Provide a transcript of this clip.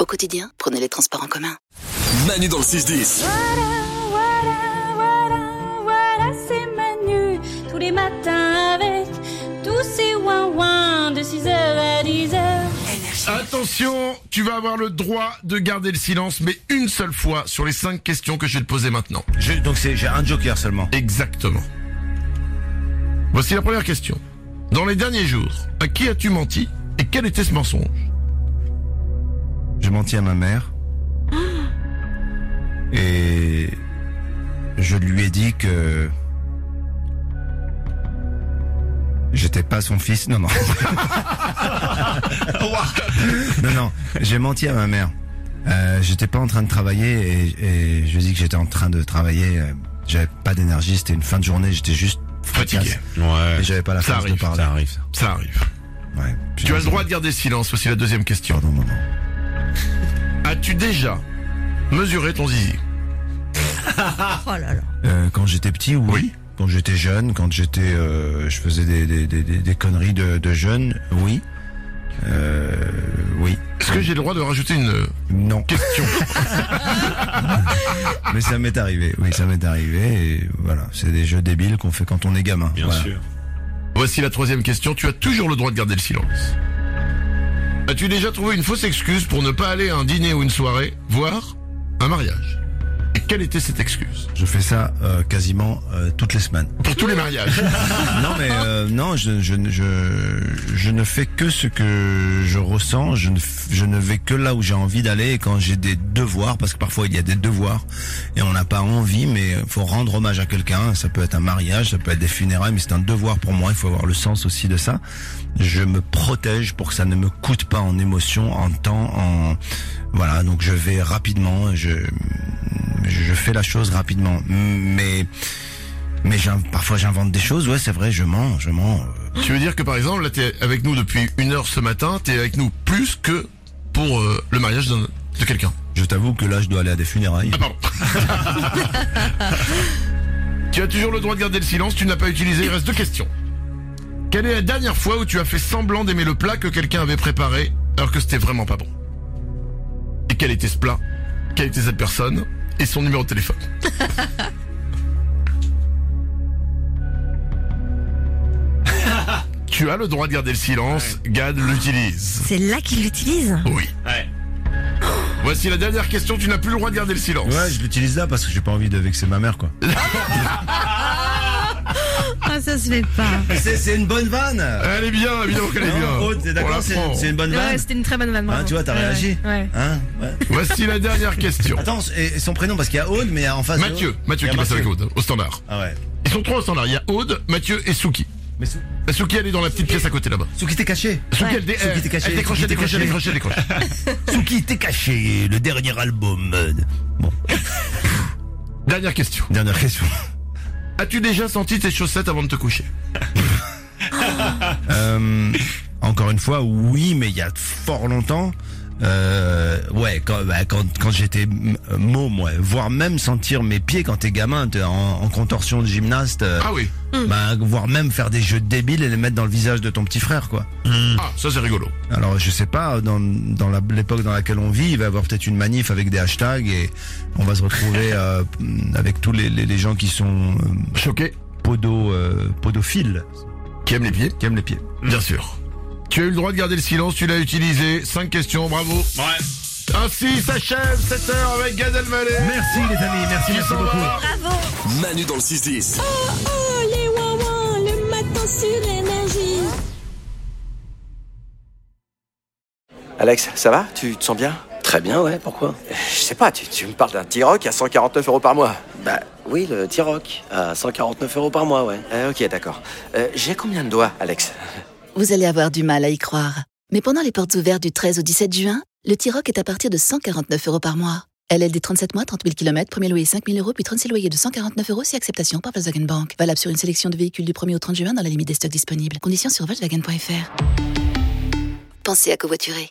Au quotidien, prenez les transports en commun. Manu dans le 6-10. Voilà, voilà, voilà, voilà, c'est Manu tous les matins avec tous ces ouin-ouin de 6h à 10h. Attention, tu vas avoir le droit de garder le silence, mais une seule fois sur les cinq questions que je vais te poser maintenant. Je- donc c'est j'ai un joker seulement. Exactement. Voici la première question. Dans les derniers jours, à qui as-tu menti et quel était ce mensonge J'ai menti à ma mère. Et je lui ai dit que j'étais pas son fils. Non non. non non, j'ai menti à ma mère. Euh, j'étais pas en train de travailler et, et je lui ai dit que j'étais en train de travailler. euh, J'avais pas d'énergie, c'était une fin de journée, j'étais juste Fatigué. fracasse. Ouais. Et j'avais pas la Ça force de arrive, parler. Ça arrive, ça. Ça arrive. Ouais. Tu as le droit de garder le silence, voici la deuxième question. Pardon maman. As-tu déjà mesuré ton zizi Euh, quand j'étais petit, oui. Quand j'étais jeune, quand j'étais, euh, je faisais des, des, des, des- des conneries de, de jeune, oui. Euh, oui. Est-ce que j'ai le droit de rajouter une euh, Non. question Mais ça m'est arrivé. Oui, ça m'est arrivé. Et voilà, c'est des jeux débiles qu'on fait quand on est gamin. Bien Voilà. sûr. Voici la troisième question. Tu as toujours le droit de garder le silence. As-tu déjà trouvé une fausse excuse pour ne pas aller à un dîner ou une soirée, voire un mariage Et quelle était cette excuse Je fais ça euh, quasiment euh, toutes les semaines. Pour tous les mariages. non, mais euh, non, je, je, je, je ne fais que ce que je ressens. Je ne, f- je ne vais que là où j'ai envie d'aller et quand j'ai des devoirs, parce que parfois il y a des devoirs et on n'a pas envie, mais faut rendre hommage à quelqu'un. Ça peut être un mariage, ça peut être des funérailles, mais c'est un devoir pour moi. Il faut avoir le sens aussi de ça. Je me protège pour que ça ne me coûte pas en émotion, en temps, en voilà. Donc je vais rapidement. Je je fais la chose rapidement, mais mais j'in- parfois j'invente des choses, ouais c'est vrai, je mens, je mens. euh, tu veux dire que par exemple, là, t'es avec nous depuis une heure ce matin, t'es avec nous plus que pour euh, le mariage d'un- de quelqu'un. Je t'avoue que là je dois aller à des funérailles. Ah pardon. tu as toujours le droit de garder le silence, tu ne l'as pas utilisé, il reste deux questions. Quelle est la dernière fois où tu as fait semblant d'aimer le plat que quelqu'un avait préparé alors que c'était vraiment pas bon Et quel était ce plat Quelle était cette personne Et son numéro de téléphone Tu as le droit de garder le silence, Gad l'utilise. C'est là qu'il l'utilise Oui. Ouais. Voici la dernière question, tu n'as plus le droit de garder le silence. Ouais, je l'utilise là parce que j'ai pas envie de vexer ma mère quoi. Ah, ça se fait pas. c'est, c'est une bonne vanne. Elle est bien, évidemment qu'elle est bien. Non, Aude, t'es On d'accord, la c'est, prend. c'est une bonne vanne. Ouais, c'était une très bonne vanne. Hein, bravo. tu vois, t'as Ouais, réagi. Ouais. Hein ouais. Voici la dernière question. Attends, et, et son prénom parce qu'il y a Aude mais il y a en face. de Mathieu, Aude, il Mathieu y a qui passe avec Aude, au standard. Ah ouais. Ils sont trois au standard, il y a Aude, Mathieu et Souki. Mais Sou- La Souki, elle est dans la petite pièce à côté là-bas. Souki t'es caché. Souki, elle, dé- euh, Souki, elle- t'es caché, elle décroche, Souki, elle t'es décroche, elle décroche, elle décroche. Souki t'es caché, le dernier album. euh, Bon, Dernière question. dernière question. As-tu déjà senti tes chaussettes avant de te coucher Euh, encore une fois, oui, mais il y a fort longtemps. Euh, ouais, quand, bah, quand, quand j'étais m- euh, môme, ouais, voire même sentir mes pieds quand t'es gamin, t'es en, en contorsion de gymnaste, euh, Ah oui. bah, voire même faire des jeux débiles et les mettre dans le visage de ton petit frère, quoi. Ah, ça c'est rigolo. Alors je sais pas, dans, dans la- l'époque dans laquelle on vit, il va y avoir peut-être une manif avec des hashtags et on va se retrouver euh, avec tous les, les, les gens qui sont euh, Choqué. podo, euh, podophiles, Qui aime les pieds qui aiment les pieds. Bien sûr. Tu as eu le droit de garder le silence, tu l'as utilisé. Cinq questions, bravo. Ouais. Ainsi s'achève cette heure avec Gad Elmaleh. Merci les amis, merci, merci s'en va. beaucoup. Manu dans le 6-10. Oh les ouin-ouin le matin sur énergie. Alex, ça va Tu te sens bien Euh, Très bien, ouais, pourquoi Je sais pas, tu, tu me parles d'un T-Rock à 149 euros par mois. Bah oui, le T-Rock, à 149 euros par mois, ouais. Euh, ok, d'accord. Euh, J'ai combien de doigts, Alex Vous allez avoir du mal à y croire. Mais pendant les portes ouvertes du 13 au 17 juin, le T-Rock est à partir de 149 euros par mois. LLD 37 mois, 30 000 km, premier loyer 5 000 euros, puis 36 loyers de 149 euros si acceptation par Volkswagen Bank. Valable sur une sélection de véhicules du 1er au 30 juin dans la limite des stocks disponibles. Conditions sur Volkswagen.fr. Pensez à covoiturer.